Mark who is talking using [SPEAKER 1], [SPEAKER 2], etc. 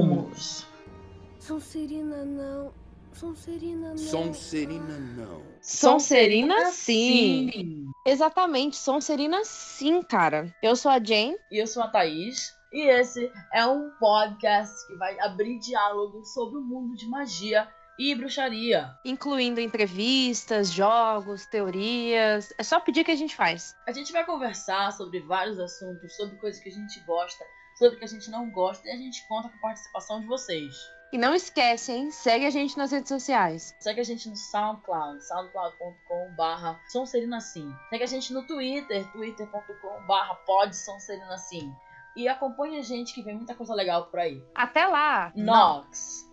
[SPEAKER 1] gnomos.
[SPEAKER 2] Sonserina não. Sonserina não.
[SPEAKER 3] Sonserina não.
[SPEAKER 4] Sonserina, sim. Exatamente, Sonserina, sim, cara. Eu sou a Jane.
[SPEAKER 5] E eu sou a Thaís. E esse é um podcast que vai abrir diálogo sobre o mundo de magia e bruxaria.
[SPEAKER 4] Incluindo entrevistas, jogos, teorias. É só pedir que a gente faz.
[SPEAKER 5] A gente vai conversar sobre vários assuntos, sobre coisas que a gente gosta, sobre o que a gente não gosta, e a gente conta com a participação de vocês.
[SPEAKER 4] E não esquece, hein? Segue a gente nas redes sociais.
[SPEAKER 5] Segue a gente no SoundCloud, soundcloud.com.br sonserinasim. Segue a gente no Twitter, twitter.com.br podsonserinasim. E acompanhe a gente que vem muita coisa legal por aí.
[SPEAKER 4] Até lá!
[SPEAKER 5] Nox!